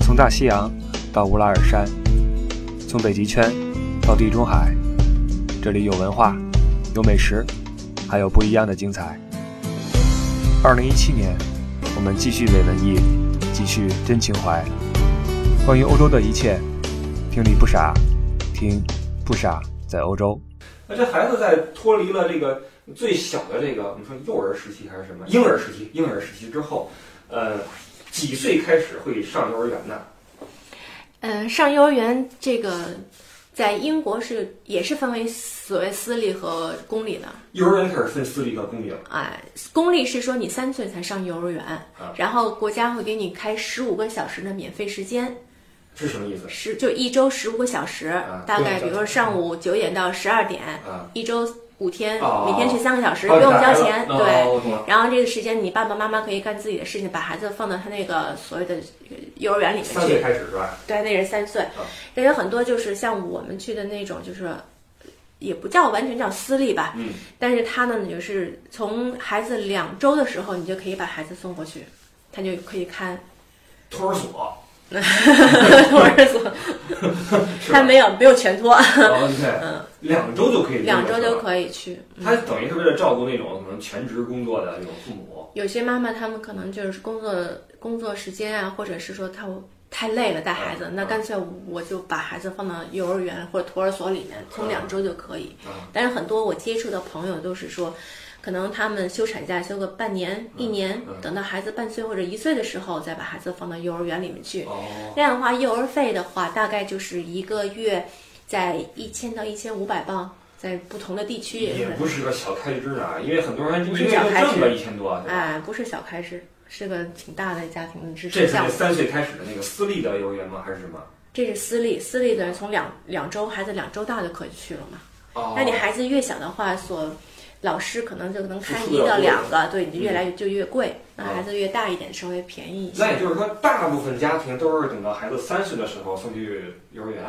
从大西洋到乌拉尔山，从北极圈到地中海，这里有文化，有美食，还有不一样的精彩。二零一七年，我们继续伪文艺，继续真情怀。关于欧洲的一切，听力不傻，听不傻在欧洲。那这孩子在脱离了这个最小的这个我们说幼儿时期还是什么婴儿时期，婴儿时期之后，呃，几岁开始会上幼儿园呢？呃，上幼儿园这个在英国是也是分为所谓私立和公立的。幼儿园开始分私立和公立了，哎，公立是说你三岁才上幼儿园，啊然后国家会给你开十五个小时的免费时间，是什么意思？是就一周十五个小时，大概比如说上午九点到十二点，啊，一周五天，哦每天去三个小时，哦不用交打钱，开了对。哦我懂了。然后这个时间，你爸爸妈妈可以干自己的事情，把孩子放到他那个所谓的呃幼儿园里面三去岁。开始是吧？对，那是三岁。嗯但有很多就是像我们去的那种，就是也不叫完全叫私立吧，嗯，但是他呢，就是从孩子两周的时候，你就可以把孩子送过去，他就可以看 托儿所，托儿所，是吧 他没有没有全托，哦对，两周就可以，两周就。可以去。嗯他等于是为了照顾那种可能全职工作的那种父母，有些妈妈她们可能就是工作工作时间啊，或者是说她太累了带孩子，嗯那嗯干脆我就把孩子放到幼儿园或者托儿所里面，空两周就可以嗯。但是很多我接触的朋友都是说。可能他们休产假休个半年、一年，嗯等到孩子半岁或者一岁的时候，再把孩子放到幼儿园里面去。哦，那样的话，幼儿费的话，大概就是一个月在一千到一千五百镑，在不同的地区也也不是个小开支啊，因为很多人还一不个是月小就开支挣个一千多，对吧？哎，不是小开支，是个挺大的家庭的支这持是项那目。三岁开始的那个私立的幼儿园吗？还是什么？这是私立，私立的从两两周孩子两周大就可以去了嘛。哦那你孩子越小的话，所老师可能就能开付出一的到多两个，对，你就越来越就越贵。那哦孩子越大一点，稍微便宜一那些。也就是说，大部分家庭都是等到孩子三岁的时候送去幼儿园。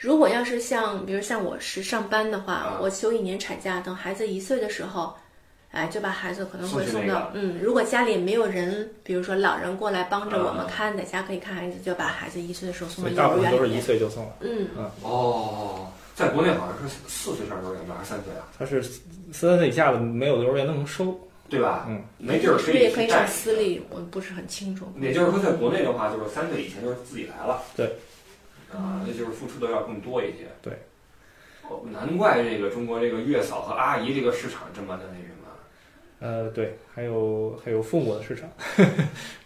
如果要是像，比如像我是上班的话啊，我休一年产假，等孩子一岁的时候。哎，就把孩子可能送会去送那到，嗯，如果家里没有人，比如说老人过来帮着我们啊看，在家可以看孩子，就把孩子一岁的时候送到所幼以大儿部分园都里是一面。岁就送了。嗯，哦，在国内好像是四岁上幼儿园吧，还是三岁啊？它是三岁以下的没有幼儿园能收，对吧？嗯，没地儿可是不是也以可去以带上。私立？我不是很清楚。也就是说，在国内的话，就是三岁以前就是自己来了。对。啊，这就是付出的要更多一些。对。哦，难怪这个中国这个月嫂和阿姨这个市场这么的那什么。呃，对，还有还有父母的市场，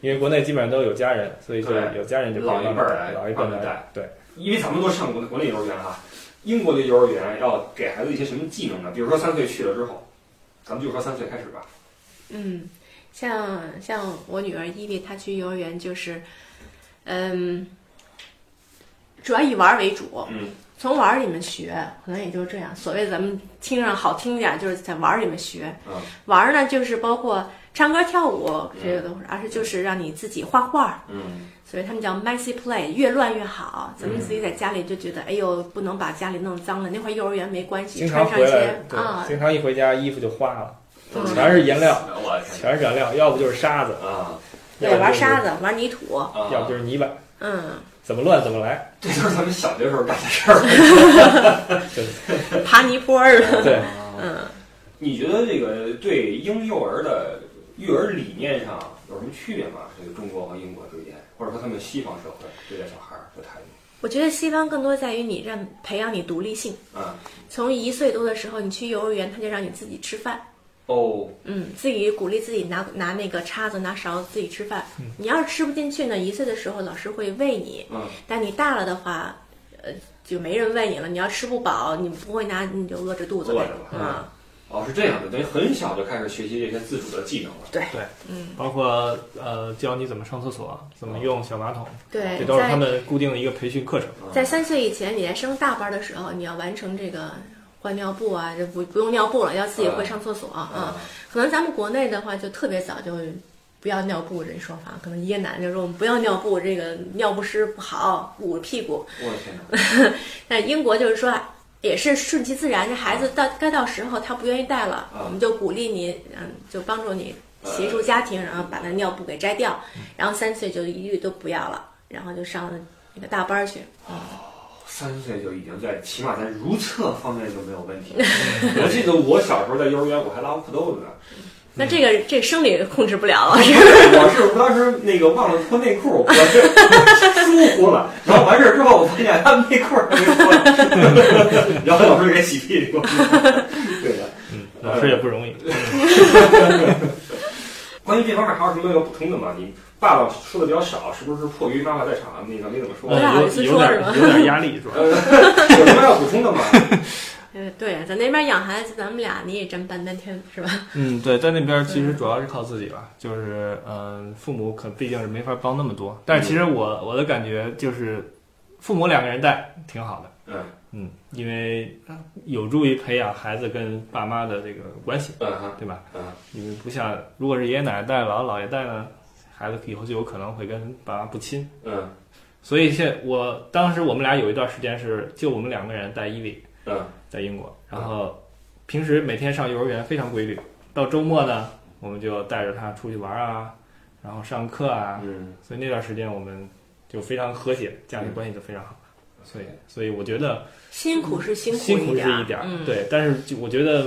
因为国内基本上都有家人，所以就对有家人就可以老一慢慢辈儿带来老一辈慢儿慢来带，对，因为咱们都上国国内幼儿园哈、英国的幼儿园要给孩子一些什么技能呢？比如说三岁去了之后，咱们就说三岁开始吧。嗯，像像我女儿伊利，她去幼儿园就是，嗯，主要以玩儿为主，嗯，从玩儿里面学，可能也就这样。所谓咱们听上好听点儿，就是在玩儿里面学。嗯玩儿呢，就是包括唱歌、跳舞这个东西，而是就是让你自己画画，嗯，所以他们叫 messy play，越乱越好。咱们自己在家里就觉得，哎呦，不能把家里弄脏了。那会儿幼儿园没关系，经穿常上回一来些，对，啊，经常一回家衣服就花了，嗯全是颜料我的天全是染料，要不就是沙子，啊对，玩儿沙，子，玩儿泥土，啊！要不就是泥巴，嗯。怎么乱怎么 来，这就是咱们小学时候干的事儿。爬泥坡儿了。对，嗯，你觉得这个对婴幼儿的育儿理念上有什么区别吗？这个中国和英国之间，或者说他们西方社会对待小孩儿的态度？ 我觉得西方更多在于你让培养你独立性。啊，从一岁多的时候，你去幼儿园，他就让你自己吃饭，哦，嗯，自己鼓励自己拿拿那个叉子、拿勺子自己吃饭。你要是吃不进去呢，一岁的时候老师会喂你，嗯，但你大了的话，呃，就没人喂你了。你要吃不饱，你不会拿，你就饿着肚子饿呗着了。嗯，哦，是这样的，等于很小就开始学习这些自主的技能了。包括呃教你怎么上厕所，怎么用小马桶，对这，都是他在们固定的一个培训课程。在三岁以前，你在升大班的时候，你要完成这个换尿布啊，就不不用尿布了，要自己会上厕所啊。嗯啊，可能咱们国内的话，就特别早就不要尿布这一说法，可能一夜男就说我们不要尿布，这个尿不湿不好，捂着屁股。我的天哪！但英国就是说，也是顺其自然，这孩子到该到时候他不愿意带了，啊我们就鼓励你，嗯，就嗯嗯帮助你协助家庭，然后把那尿布给摘掉，然后三岁就一律都不要了。然后就上了那个大班儿去。三岁就已经在起码在如厕方面就没有问题。我记得我小时候在幼儿园，我还拉过裤兜子呢。 那这个 这生理控制不了 啊，我是我当时那个忘了脱内裤，我是疏忽了，然后完事儿之后，我发现他内裤儿没脱了，然后老师给洗屁股。对的，嗯，老师也不容易。关于这方面还有什么要补充的吗？你爸爸说的比较少，是不是迫于妈妈在场？那个没怎么说。不太好意思嗯有有说点是吧有点压力是吧？呃有什么要补充的吗？呃，对，在那边养孩子，咱们俩你也真搬半天是 吧？嗯，对，在那边其实主要是靠自己吧，就是嗯、父母可毕竟是没法帮那么多，但是其实我我的感觉就是，父母两个人带挺好的，嗯嗯，因为有助于培养孩子跟爸妈的这个关系，嗯哈对吧？嗯，因为不像如果是爷爷奶奶带、姥姥姥爷带呢，孩子以后就有可能会跟爸妈不亲，嗯所以现我当时我们俩有一段时间是就我们两个人带伊利嗯在英国，然后平时每天上幼儿园非常规律，到周末呢我们就带着他出去玩啊，然后上课啊，嗯所以那段时间我们就非常和谐，家庭关系就非常好。所以，所以我觉得辛苦是嗯辛苦辛苦一是儿一点儿，嗯，。对。但是就我觉得，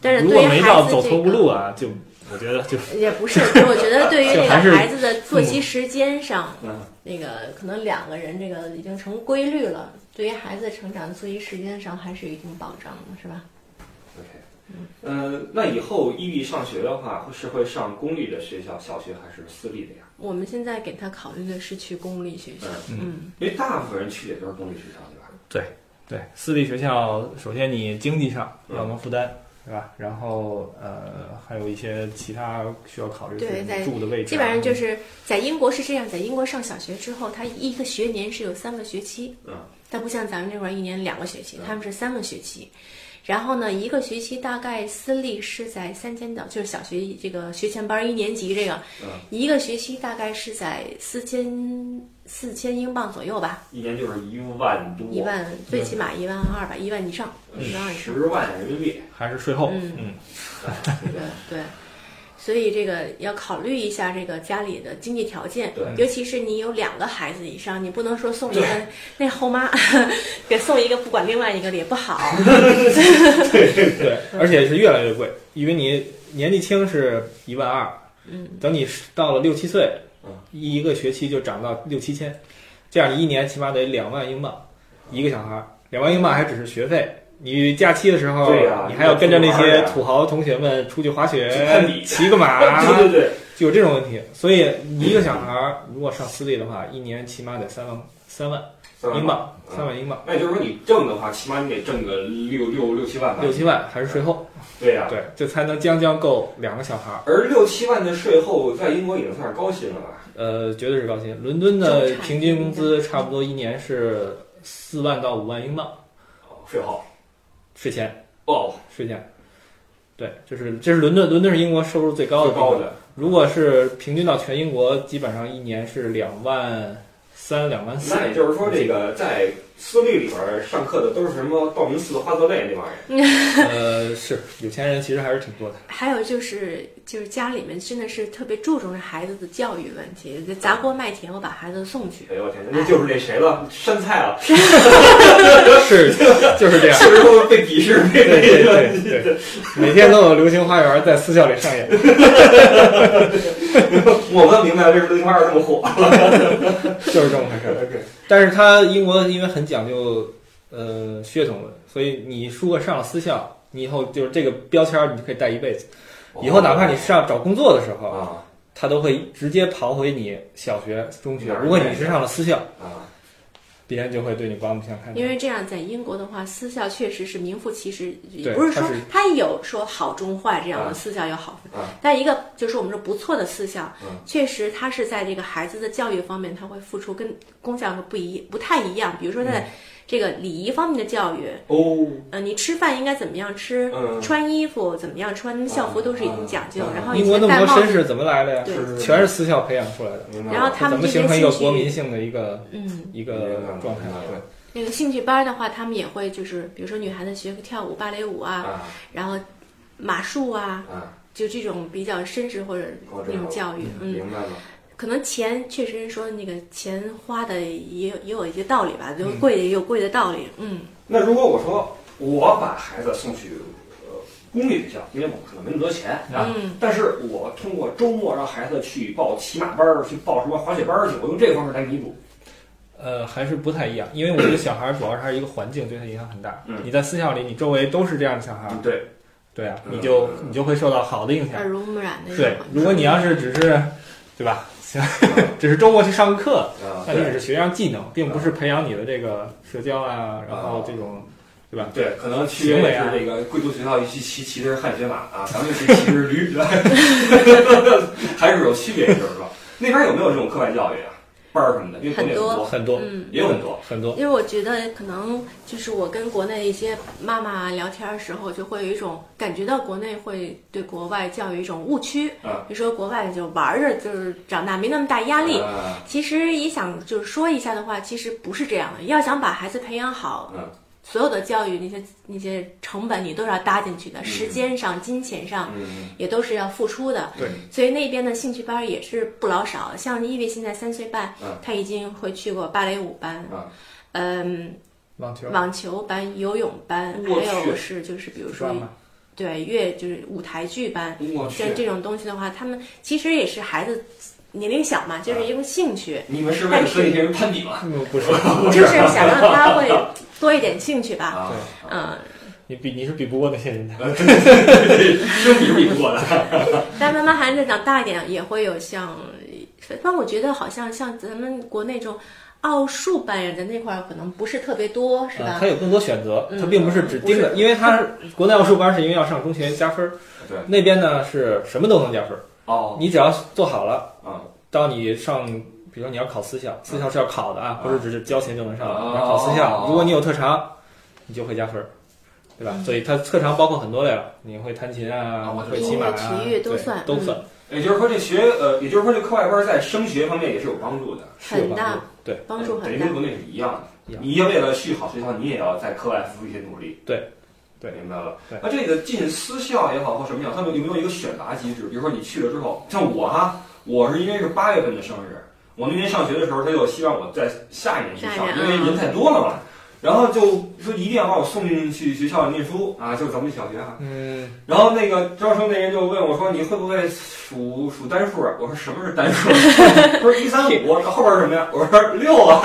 但是如对果于没孩到子走投无这个路啊，就我觉得就 也不是，就是我觉得对于就这个还是嗯孩子的作息时间上，嗯那个可能两个人这个已经成规律了，对于孩子成长的作息时间上还是有一定保障的，是吧？ ，OK。呃，那以后伊利上学的话，会是会上公立的学校，小学还是私立的呀？我们现在给他考虑的是去公立学校，嗯，因为大部分人去的也都是公立学校，对吧？对，私立学校，首先你经济上嗯要能负担，对吧？然后呃，还有一些其他需要考虑，对在住的位置啊，基本上就是在英国是这样，在英国上小学之后，他一个学年是有三个学期，嗯，它不像咱们这块儿一年两个学期，他们是三个学期。然后呢，一个学期大概私立是在三千到，就是小学这个学前班儿一年级这个，嗯一个学期大概是在四千四千英镑左右吧，一年就是一万多，一万最起码一万二吧，一万以上，一万二以上。嗯十万人民币。还是税后，嗯嗯，对对，所以这个要考虑一下这个家里的经济条件，对尤其是你有两个孩子以上，你不能说送一个 那后妈给送一个不管另外一个的也不好，对，而且是越来越贵，因为你年纪轻是一万二，嗯，等你到了六七岁嗯，一个学期就涨到六七千，这样你一年起码得两万英镑，一个小孩儿，两万英镑还只是学费。你假期的时候，对呀你还要跟着那你些要出去玩儿呀土豪同学们出去滑雪去看比、骑 个马，啊对对对，就有这种问题，所以一个小孩儿如果上私立的话，一年起码得三万三万三万嗯英吧。镑，三万英镑，那也就是说，你挣的话，起码你得挣个六六六七万吧？六七万还是税后，对呀、对，这才能将将够两个小孩儿。而六七万的税后，在英国已经算是高薪了吧？呃，绝对是高薪。伦敦的平均工资差不多一年是四万到五万英镑，哦税后税前哦，税前。对，这是这是伦敦，伦敦是英国收入最高最的地方高的，如果是平均到全英国，基本上一年是两万三、两万四那。也就是说，这个在私立里边儿上课的都是什么道明寺、花泽类那玩意儿？呃，是有钱人其实还是挺多 的。还有就是，就是家里面真的是特别注重孩子的教育问题，砸锅卖铁我把孩子送去。哎呦我天，那就是那谁了，山菜了，是，就是这样。确实都被鄙视，被对那个对对 对，每天都有《流星花园》在私校里上演。我们明白了，这是零花二这么火。就是这么回事儿。但是他英国因为很讲究呃血统的，所以你如果上了私校，你以后就是这个标签儿，你就可以带一辈子。哦以后哪怕你上找工作的时候，啊他都会直接刨回你小学、中学哪。儿如果你是上了私校，啊，别人就会对你刮目相看。因为这样，在英国的话，私校确实是名副其实，也对不是说它是它有说好中坏这样啊的私校有好，啊但一个就是我们说不错的私校，嗯确实它是在这个孩子的教育方面，它会付出跟公校会不一不太一样。比如说在这个礼仪方面的教育，哦，呃，你吃饭应该怎么样吃，嗯穿衣服怎么样穿，校服都是已经讲究，啊啊然后以英国前那戴么多帽绅子，士怎么来的呀？对是全是私校培养出来的，明白了然后他怎们么这形些成一个兴国民趣，性的一个嗯。一个状态？对，那个兴趣班的话，他们也会就是，比如说女孩子学个跳舞、芭蕾舞啊，啊然后马术啊，啊，就这种比较绅士或者那种教育，嗯，明白了。可可能钱确实说那个钱花的也有也有一些道理吧，就贵的也有贵的道理。嗯，那如果我说我把孩子送去呃公立学校，因为我可能没那么多钱啊，嗯但是我通过周末让孩子去报骑马班儿，去报什么滑雪班儿去，我用这个方式来弥补。呃，还是不太一样，因为我觉得小孩儿主要是还是一个环境对他影响很大。嗯你在私校里，你周围都是这样的小孩儿，对，对啊，嗯你就你就会受到好的影响耳。濡目染的。对，如果你要是只是，对吧？ 只是周末去上个课，啊那你只是学一项技能，并不是培养你的这个社交啊，然后这种，对吧？对，可能去行为啊是这个贵族学校一去骑骑的是汗血马啊，咱们这骑骑的是驴， 对吧还是有区别，就是说 那边有没有这种课外教育啊，班儿什么的？因为国内很多，很多嗯，也有很多。很多，因为我觉得可能就是我跟国内一些妈妈聊天的时候，就会有一种感觉到国内会对国外教育一种误区，嗯就说国外就玩着就是长大没那么大压力。啊其实也想就是说一下的话，其实不是这样的。要想把孩子培养好，嗯所有的教育那些那些成本你都是要搭进去的，时间上、金钱上嗯，也都是要付出的。对，所以那边的兴趣班儿也是不老少。像伊维现在三岁半嗯，他已经会去过芭蕾舞班嗯，嗯，网球、网球班、游泳班，我还有去是就是比如是吧说对乐就是舞台剧班，我去像，这种东西的话，他们其实也是孩子年龄小嘛，嗯就是一个兴趣。你们是为了跟那些人攀比吗？ 嗯，不是，就是想让他会多一点兴趣 吧。啊，嗯，你比你是比不过那些人的。真比是比不过的。但慢慢孩子长大一点，也会有像，反正我觉得好像像咱们国内这种奥数班的那块儿，可能不是特别多，是啊，吧他？有更多选择，嗯他并不是只盯着，因为他国内奥数班是因为要上中学加分儿， 对，那边呢是什么都能加分儿，哦，你只要做好了，啊，当你上，比如说你要考私校，私校是要考的啊，不是只是交钱就能上的。哦你要考私哦校，如果你有特长，你就会加分儿，对吧？所以它特长包括很多类了，你会弹琴嗯啊，哦会骑马啊，音乐体育都对算嗯都算也就是说这学呃，也就是说这课外班儿在升学方面也是有帮助的，是有很帮大助。对，帮助等于很大跟。国内是一样一的。样你要为了去好学校，你也要在课外付出一些努力。对，对明白了对。那这个进私校也好或什么样，他们有没有一个选拔机制？比如说你去了之后，像我哈，我是因为是八月份的生日，我那年上学的时候，他就希望我在下一年去上下一，因年嗯为人太多了嘛。然后就说一定要把我送进去学校念书啊，就是咱们小学哈。嗯，然后那个招生那人就问我说：“你会不会数数单数啊？”我说：“什么是单数？”他说：“一三五。”后边是什么呀？我说：“六啊。”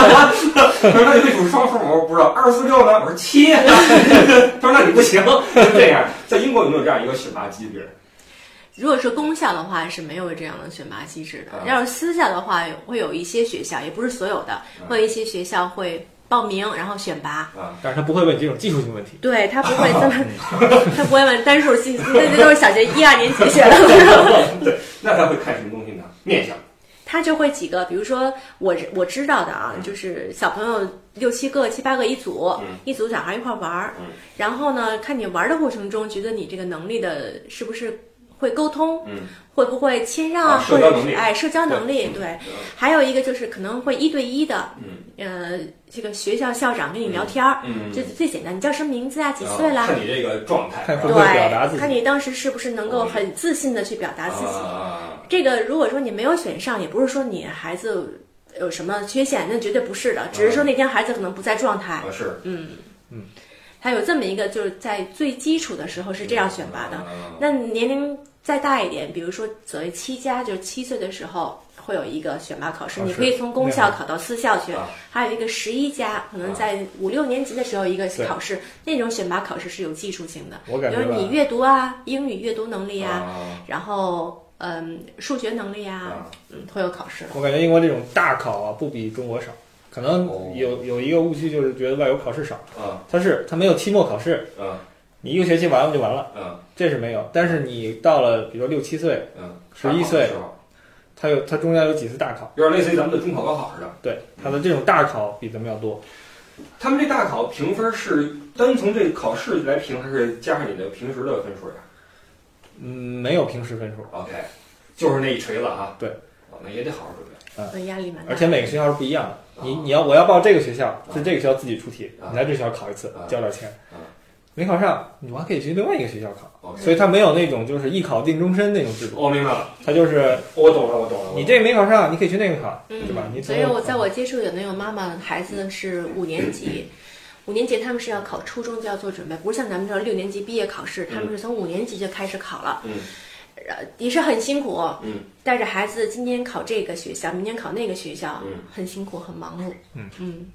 他说：“那你会数双数吗？”我说：“不知道。”二四六呢？我说：“七啊。”他说：“那你不行。”就这样，在英国有没有这样一个选拔机制？如果是公校的话，是没有这样的选拔机制啊的。要是私校的话，会有一些学校，也不是所有的，啊会有一些学校会报名，然后选拔。但是他不会问你这种技术性问题。对他不会这 么，他不会问单数信息，那那都是小学一二年级学的。那他会看什么东西呢？面相。他就会几个，比如说我我知道的啊，就是小朋友六七个、七八个一组，嗯一组小孩一块玩儿，嗯然后呢，看你玩儿的过程中，觉得你这个能力的是不是会沟通，嗯，会不会谦让，啊社或交者能力是哎社交能力，对。还有一个就是可能会一对一的，嗯呃，这个学校校长跟你聊天儿，嗯这最简单，你叫什么名字啊？几岁啦？看你这个状态。看是会吧不会表达自己看你当时是不是能够很自信的去表达自己。哦啊，这个如果说你没有选上，也不是说你孩子有什么缺陷，那绝对不是的，只是嗯说那天孩子可能不在状态。啊是嗯嗯，还有这么一个，就是在最基础的时候是这样选拔的。嗯那年龄再大一点，比如说所谓七加，就是七岁的时候。会有一个选拔考试，考试你可以从公那校样考到私校去啊，还有一个十一加，可啊能在五六年级的时候一个考试，那种选拔考试是有技术性的，我感比觉如吧你阅读啊，英语阅读能力啊，啊然后嗯，数学能力啊啊，嗯，会有考试。我感觉英国这种大考啊，不比中国少。可哦能有有一个误区，就是觉得外国考试少，啊它是它没有期末考试，啊你一个学期完了就完了，啊这是没有。但是你到了比如说六七岁，嗯， 11岁时候。它有它中间有几次大考，有点类似于咱们的中考、高考似的。对，它的这种大考比咱们要多。他们这大考评分是单从这考试来评，还是加上你的平时的分数呀嗯，没有平时分数， ？OK，就是那一锤子啊。对哦，那也得好好准备。所以压力蛮大。而且每个学校是不一样的。啊你你要我要报这个学校，是这个学校自己出题，啊你来这学校考一次啊，交点钱啊。没考上，你还可以去另外一个学校考。 OK 哦所以它没有那种就是一考定终身那种制度，我明白了，它就是我懂了，我懂了。你这没考上，你可以去那个考，嗯对吧？你所总以有我在我接触有那种妈妈孩子是五年级，五年级他们是要考初中就要做准备，不是像咱们这种六年级毕业考试，他们嗯是从五年级就开始考了。嗯呃，也是很辛苦，嗯，带着孩子今天考这个学校，明天考那个学校，嗯，很辛苦，很忙碌，嗯嗯，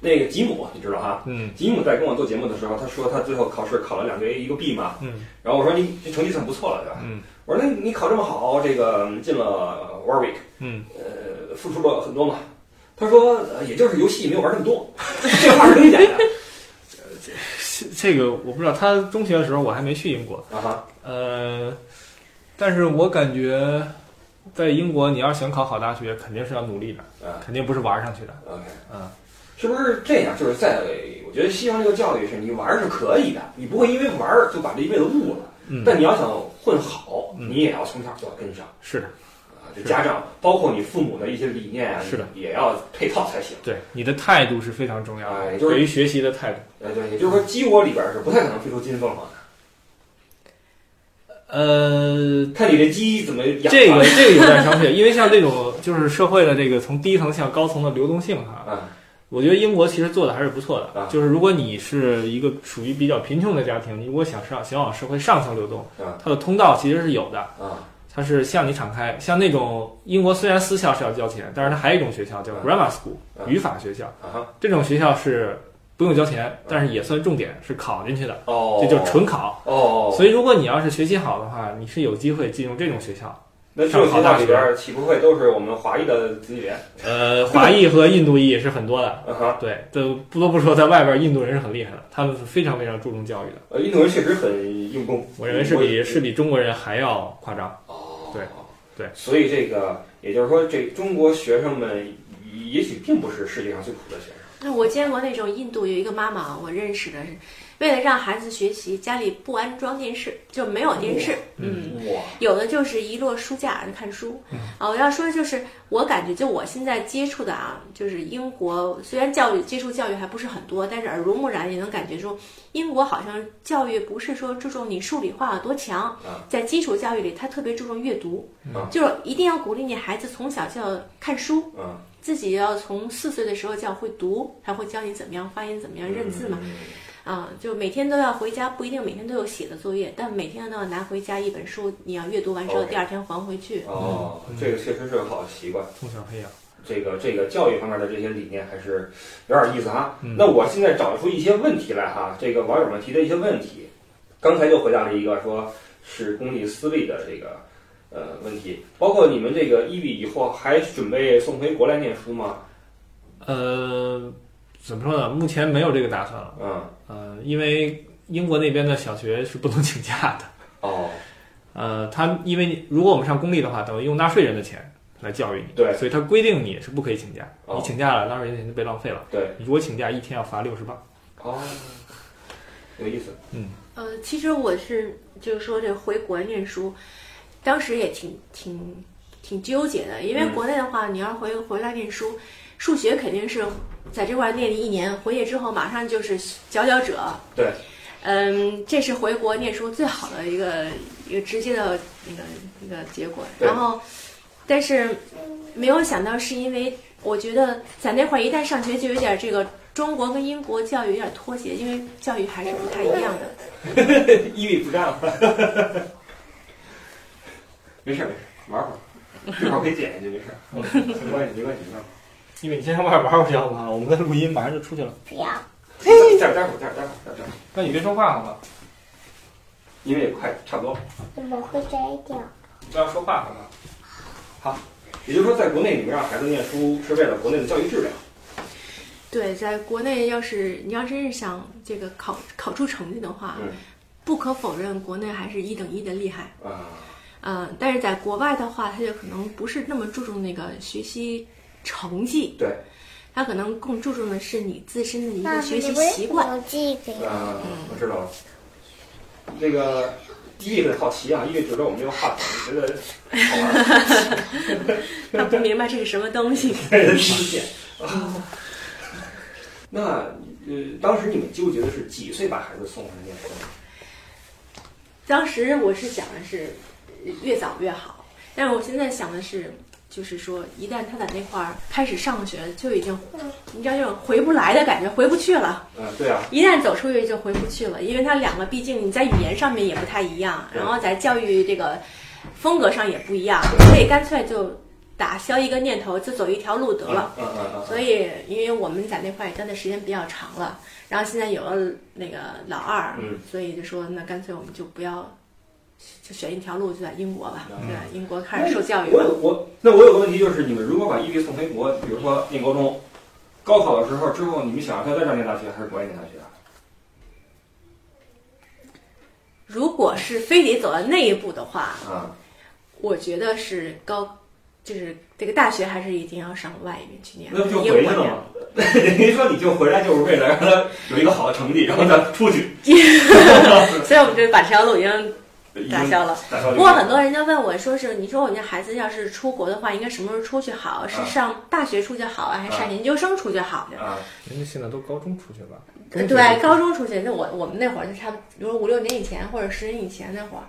那个吉姆，啊你知道哈？嗯吉姆在跟我做节目的时候，他说他最后考试考了两个 A 一个 B 嘛，嗯然后我说你这成绩算不错了，对吧？嗯我说那你考这么好，这个进了 Warwick，嗯，呃，付出了很多嘛。他说，呃也就是游戏没有玩那么多， 这话是真假的这这个我不知道。他中学的时候我还没去英国，啊哈？呃，但是我感觉在英国，你要是想考好大学，肯定是要努力的，啊肯定不是玩上去的。 ，OK，嗯，是不是这样？就是在我觉得西方这个教育是你玩儿是可以的，你不会因为玩儿就把这一辈子误了。嗯但你要想混好，嗯你也要从小就要跟上是的，啊，这是家长包括你父母的一些理念啊，是的也要配套才行。对，你的态度是非常重要哎的，就是对于学习的态度。呃，对，也就是说，鸡窝里边儿是不太可能飞出金凤凰的。呃，看你这鸡怎么养。这个这个有点商榷，因为像这种就是社会的这个从低层向高层的流动性哈，啊，我觉得英国其实做的还是不错的。啊就是如果你是一个属于比较贫穷的家庭，你如果想上想往社会上层流动啊，它的通道其实是有的。啊它是向你敞开。像那种英国虽然私校是要交钱，但是它还有一种学校叫嗯 grammar school、嗯语法学校，啊哈这种学校是不用交钱，但是也算重点，是考进去的，哦，这就是纯考。哦，所以如果你要是学习好的话，你是有机会进入这种学校。那这种学校里边儿岂不会都是我们华裔的子弟人？呃，华裔和印度裔也是很多的。啊哈，对，这不得不说，在外边印度人是很厉害的，他们是非常非常注重教育的。呃，印度人确实很用功，我认为是比是比中国人还要夸张。哦，对对所以这个也就是说，这中国学生们也许并不是世界上最苦的学生。那我见过那种印度有一个妈妈，我认识的是，为了让孩子学习，家里不安装电视，就没有电哦视，嗯哇，有的就是一摞书架看书嗯，啊，我要说的就是，我感觉就我现在接触的啊，就是英国虽然教育接触教育还不是很多，但是耳濡目染也能感觉出，英国好像教育不是说注重你数理化有多强啊，在基础教育里，它特别注重阅读啊，就是一定要鼓励你孩子从小就要看书，嗯，自己要从四岁的时候就要会读，他会教你怎么样发音，怎么样认字嘛。嗯？啊，就每天都要回家，不一定每天都有写的作业，但每天都要拿回家一本书，你要阅读完之后， OK 第二天还回去。哦，这个确实是个好习惯。从小培养，这个这个教育方面的这些理念还是有点意思哈。嗯那我现在找出一些问题来哈，这个网友们提的一些问题，刚才就回答了一个，说是公立私立的这个呃问题，包括你们这个伊比以后还准备送回国来念书吗？呃，怎么说呢？目前没有这个打算了。嗯，呃，因为英国那边的小学是不能请假的。哦，呃，他因为你如果我们上公立的话，等于用纳税人的钱来教育你，对所以他规定你是不可以请假。哦你请假了，纳税人的钱就被浪费了。对，你如果请假一天要罚六十磅。哦， 有意思，呃，其实我是就是说这回国念书，当时也挺挺挺纠结的，因为嗯国内的话，你要回回来念书，数学肯定是在这块儿练了一年，回去之后马上就是佼佼者。对，嗯，这是回国念书最好的一个一个直接的那个那个结果。对然后，但是没有想到是因为我觉得在那会儿一旦上学就有点这个中国跟英国教育有点脱节，因为教育还是不太一样的。伊比不占了， 没事儿没事儿，玩会儿，一会儿可以剪下去，没事儿，嗯没关系没关系，没关系。因为你先上外边玩会儿行吗？我们在录音，马上就出去了。不要。哎待会儿待会儿待会儿待会儿待会儿，那你别说话好吗？因为也快差不多了。怎么会摘掉？你不要说话好吗？也就是说，在国内你们让孩子念书是为了国内的教育质量。对，在国内要是你要真是想这个考考出成绩的话，嗯不可否认，国内还是一等一的厉害。啊，嗯，但是在国外的话，他就可能不是那么注重那个学习成绩，对，他可能更注重的是你自身的一那个学习习惯。我寄给啊，我知道了。那个第一个好奇啊，因为觉得我们这个话筒觉得好玩，他不明白这是什么东西。被人听见啊。那呃，当时你们纠结的是几岁把孩子送上念书？ 当时我是想的是呃越早越好，但是我现在想的是，就是说一旦他在那块儿开始上学，就已经你知道这种回不来的感觉，回不去了。嗯，对啊，一旦走出去就回不去了，因为他两个毕竟你在语言上面也不太一样，对然后在教育这个风格上也不一样，所以干脆就打消一个念头，就走一条路得了。嗯嗯嗯，所以，因为我们在那块儿也待的时间比较长了，然后现在有了那个老二，嗯所以就说那干脆我们就不要，就选一条路，就在英国吧，嗯对吧，英国开始受教育我了。有我那我有个问题就是，你们如果把伊利送回国，比如说念高中，高考的时候之后，你们想让他在这儿念大学还是国外念大学啊？如果是非得走到那一步的话，啊，我觉得是高，就是这个大学还是一定要上外面去念，那不就英回去国了念吗？ 等于说你就回来就是为了让 他有一个好的成绩，然后再出去，所以我们就把这条路已经已经打消了。打消。不过很多人就问我说是，你说我家孩子要是出国的话，应该什么时候出去好？是上大学出去好啊，还是上研究生出去好呢？啊，人家现在都高中出去吧？中学呃对，就高中出去，那我我们那会儿就差不多，比如说五六年以前或者十年以前那会儿，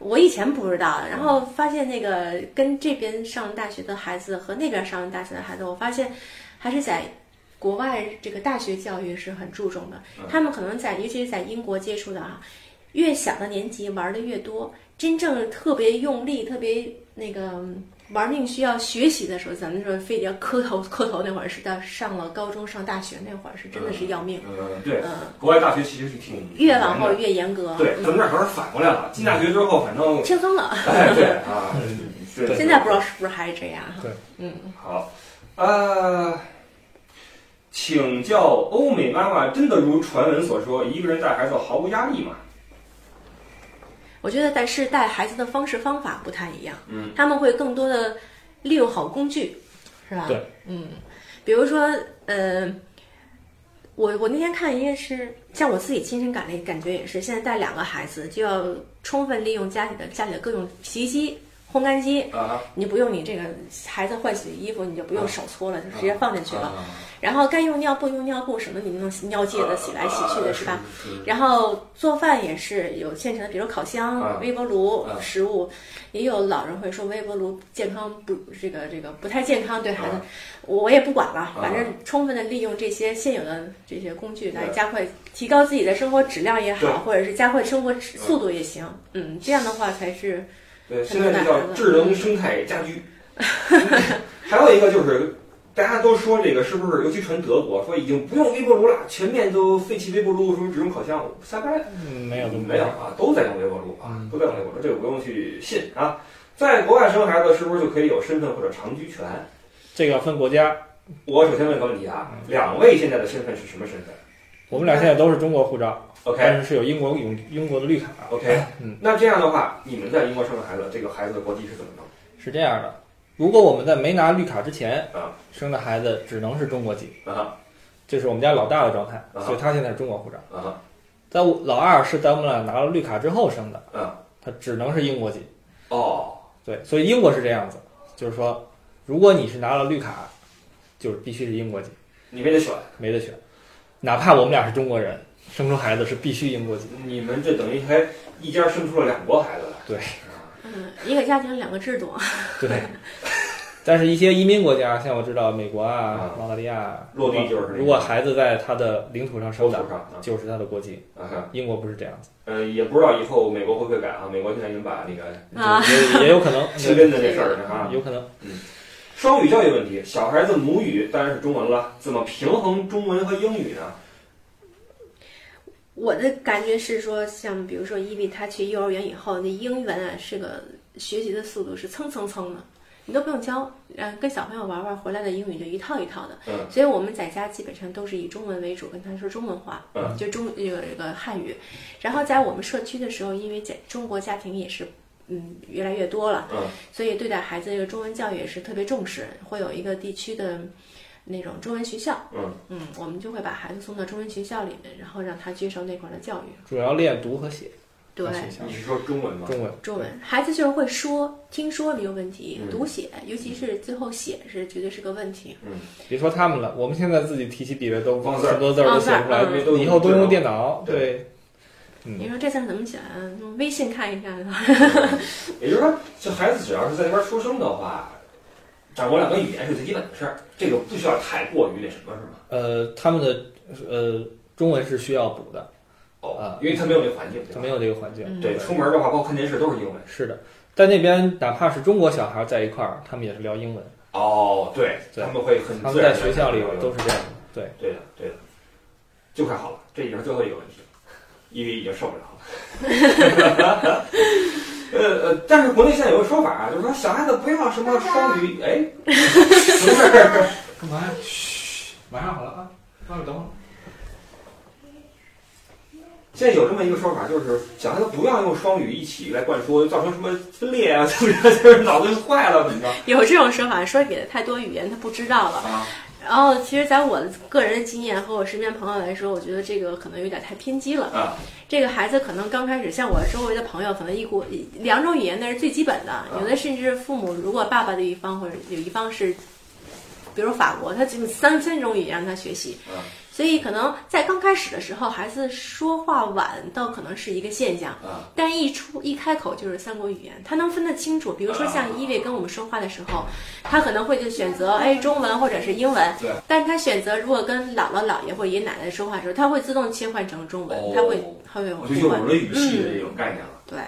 我以前不知道，然后发现那个跟这边上大学的孩子和那边上大学的孩子，我发现还是在国外这个大学教育是很注重的嗯，他们可能在尤其是在英国接触的啊，越小的年级玩的越多，真正特别用力、特别那个玩命需要学习的时候，咱们说非得要磕头磕头那会儿是到上了高中上大学那会儿是真的是要命。嗯，对，嗯，国外大学其实是挺越往后越严格，对，咱嗯们这儿可是反过来了。进大学之后，反 正轻松了。哎对啊，对对现在不知道是不是还是这样哈对。嗯，好，呃，请教欧美妈妈真的如传闻所说，一个人带孩子毫无压力吗？我觉得但是带孩子的方式方法不太一样，嗯，他们会更多的利用好工具，是吧？对，嗯，比如说，呃，我我那天看一个是像我自己亲身感的感觉也是，现在带两个孩子就要充分利用家里的家里的各种洗衣机、烘干机，啊，你不用你这个孩子换洗衣服，你就不用手搓了，就直接放进去了。啊然后该用尿布用尿布，什么你们弄尿介的洗啊来洗去的是吧？？嗯然后做饭也是有现成的，比如烤啊箱、微波炉啊食物，也有老人会说微波炉健康不这个这个不太健康对孩子啊，我也不管了，反啊正充分的利用这些现有的这些工具来对加快提高自己的生活质量也对啊好，或者是加快生活质速度也行，嗯，这样的话才是对，现在这叫智能生态家居。还有一个就是，大家都说这个是不是，尤其传德国，说已经不用微波炉了，全面都废弃微波炉，什么只用烤箱，瞎掰。嗯没有这么没有啊，都在用微波炉啊嗯，都在用微波炉，这个不用去信啊。在国外生孩子是不是就可以有身份或者长居权？这个要分国家。我首先问个问题啊，嗯两位现在的身份是什么身份我们俩现在都是中国护照， ？OK 但是是有英国永英国的绿卡。 OK，嗯那这样的话，你们在英国生的孩子，这个孩子的国籍是怎么弄？是这样的，如果我们在没拿绿卡之前啊生的孩子，只能是中国籍，啊这是我们家老大的状态，啊所以他现在是中国护照。啊在我老二是在我们俩拿了绿卡之后生的，啊！他只能是英国籍。哦，对，所以英国是这样子，就是说，如果你是拿了绿卡，就是必须是英国籍，你们得选，没得选。哪怕我们俩是中国人，生出孩子是必须英国籍。你们这等于还一家生出了两国孩子来。对啊，嗯一个家庭两个制度，啊 对。但是，一些移民国家，像我知道美国啊啊、澳大利亚啊，落地就是那个如果孩子在他的领土上收生土长，上啊就是他的国籍。啊哈，英国不是这样子，呃，也不知道以后美国会不会改啊？美国现在已经把那个啊也也有 可能，亲根的这事儿啊对，哎有可能。双语教育问题，小孩子母语当然是中文了，怎么平衡中文和英语呢？我的感觉是说，像比如说伊比他去幼儿园以后，那英文啊是个学习的速度是蹭蹭蹭的，你都不用教，嗯，跟小朋友玩玩，回来的英语就一套一套的。嗯所以我们在家基本上都是以中文为主，跟他说中文话，嗯就中有一个汉语。然后在我们社区的时候，因为在中国家庭也是。嗯，越来越多了，嗯所以对待孩子这个中文教育也是特别重视，会有一个地区的那种中文学校，嗯嗯，我们就会把孩子送到中文学校里面，然后让他接受那块儿的教育。啊主要练读和写，对大学校你是说中文吗？中文中文，孩子就是会说，听说没有问题，嗯读写，尤其是最后写是绝对是个问题。别说他们了，我们现在自己提起笔来都忘字儿很多字儿都写不出来忘字儿，嗯以后都用电脑。对，你嗯，说这字儿怎么写啊？用微信看一看啊。 也就是说，这孩子只要是在那边出生的话，掌握两个语言是最基本的事儿，这个不需要太过于那什么，是吗？呃，他们的呃中文是需要补的，哦啊，因为他没有那环境，对就吧没有这个环境。嗯对，出门的话，包括看电视都是英文。是的，在那边哪怕是中国小孩在一块儿，他们也是聊英文，哦，对，对他们会很他自们然在地学校里看到都是这样的。对，对的，对的，就快好了，这已经是最后一个问题了，因为已经受不了了。 呃呃，但是国内现在有个说法啊，就是说小孩子不要什么双语，哎，不是，干嘛呀？嘘，马上好了啊，稍微等会儿。 现在有这么一个说法，就是小孩子不要用双语一起来灌输，造成什么分裂啊， 怎么着，就是脑子就坏了，怎么着有这种说法，说给了太多语言，他不知道了。啊？然后，其实，在我的个人的经验和我身边朋友来说，我觉得这个可能有点太偏激了。啊，这个孩子可能刚开始，像我周围的朋友，可能一国一两种语言那是最基本的，有的甚至父母如果爸爸的一方或者有一方是，比如法国，他就三三种语言让他学习嗯，所以可能在刚开始的时候，孩子说话晚倒可能是一个现象嗯，但一出一开口就是三国语言，他能分得清楚。比如说啊像伊卫跟我们说话的时候，他可能会就选择哎中文或者是英文，对但他选择如果跟姥姥姥爷或者爷爷奶奶说话的时候，他会自动切换成中文，哦他会他会我就有互换了。语系的这种概念了。对，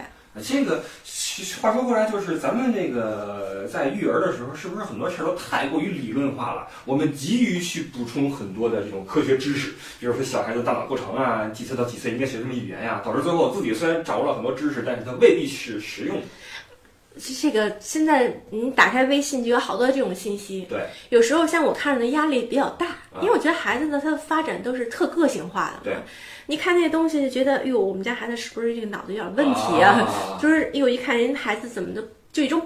这个其实话说回来，就是咱们这个在育儿的时候，是不是很多事儿都太过于理论化了？我们急于去补充很多的这种科学知识，比如说小孩子大脑构成啊，几岁到几岁应该学什么语言呀、导致最后自己虽然掌握了很多知识，但是它未必是实用的。这这个现在你打开微信就有好多这种信息。对，有时候像我看着的压力比较大，啊因为我觉得孩子呢，他的发展都是特个性化的。对，你看那些东西就觉得，哎呦，我们家孩子是不是这个脑子有点问题啊？啊 就是哎呦，一看人家孩子怎么都就一种，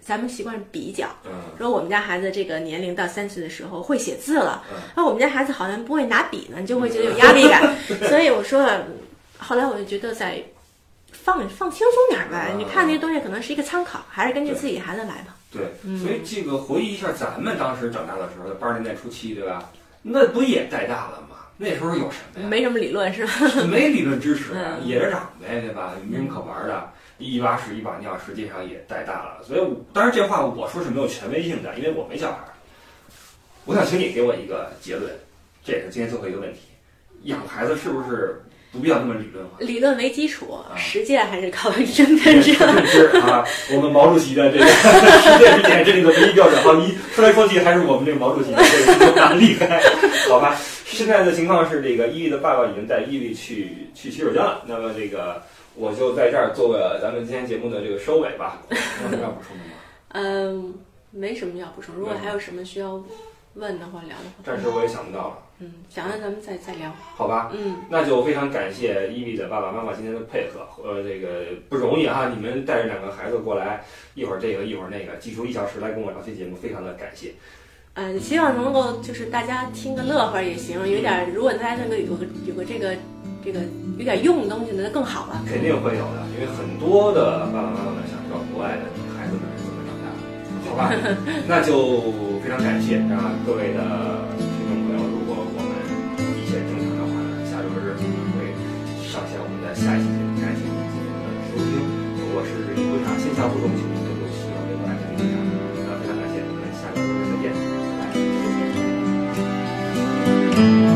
咱们习惯比较。嗯，说我们家孩子这个年龄到三岁的时候会写字了嗯，那、我们家孩子好像不会拿笔呢，你就会觉得有压力感。 所以我说了，嗯后来我就觉得在放放轻松点儿呗，嗯你看那些东西可能是一个参考，还是根据对自己孩子来吧。对，嗯所以这个回忆一下咱们当时长大的时候，八十年代初期，对吧？那不也带大了吗？那时候有什么呀？没什么理论是吧？ 没理论知识啊， 嗯野着长呗，对吧？没什么可玩的，一把屎一把尿，实际上也带大了。所以我，当然这话我说是没有权威性的，因为我没小孩儿。我想请你给我一个结论，这也是今天最后一个问题：养孩子是不是不必要那么理论化？理论为基础，啊实践还是靠 真认本知质。啊，我们毛主席的这个 实践是简直这个唯一标准。好，你说来说去还是我们这个毛主席的这个厉害，好吧？现在的情况是，这个伊利的爸爸已经带伊利去去洗手间了。那么这个我就在这儿做个咱们今天节目的这个收尾吧。要不说吗？嗯，没什么要补充。如果还有什么需要问的或聊的话，暂时我也想不到了，嗯，想到咱们再再聊。好吧？嗯，那就非常感谢伊利的爸爸妈妈今天的配合，呃，这个不容易啊！你们带着两个孩子过来，一会儿这个一会儿那个，挤出一小时来跟我聊期节目，非常的感谢。呃，希望能够就是大家听个乐呵也行，有点儿如果大家这个有个有个这个这个有点用的东西，那就更好了。肯定会有的，因为很多的爸爸妈妈们想知道国外的孩子们是怎么长大的，好吧？那就非常感谢啊各位的听众朋友，如果我们一切正常的话呢，下周日我们会上线我们的下一期节目，感谢您今天的收听，我是一部长线下互动，请您多多使用这个爱心上，那非常感谢，我们下周日再见，拜拜。谢谢。嗯。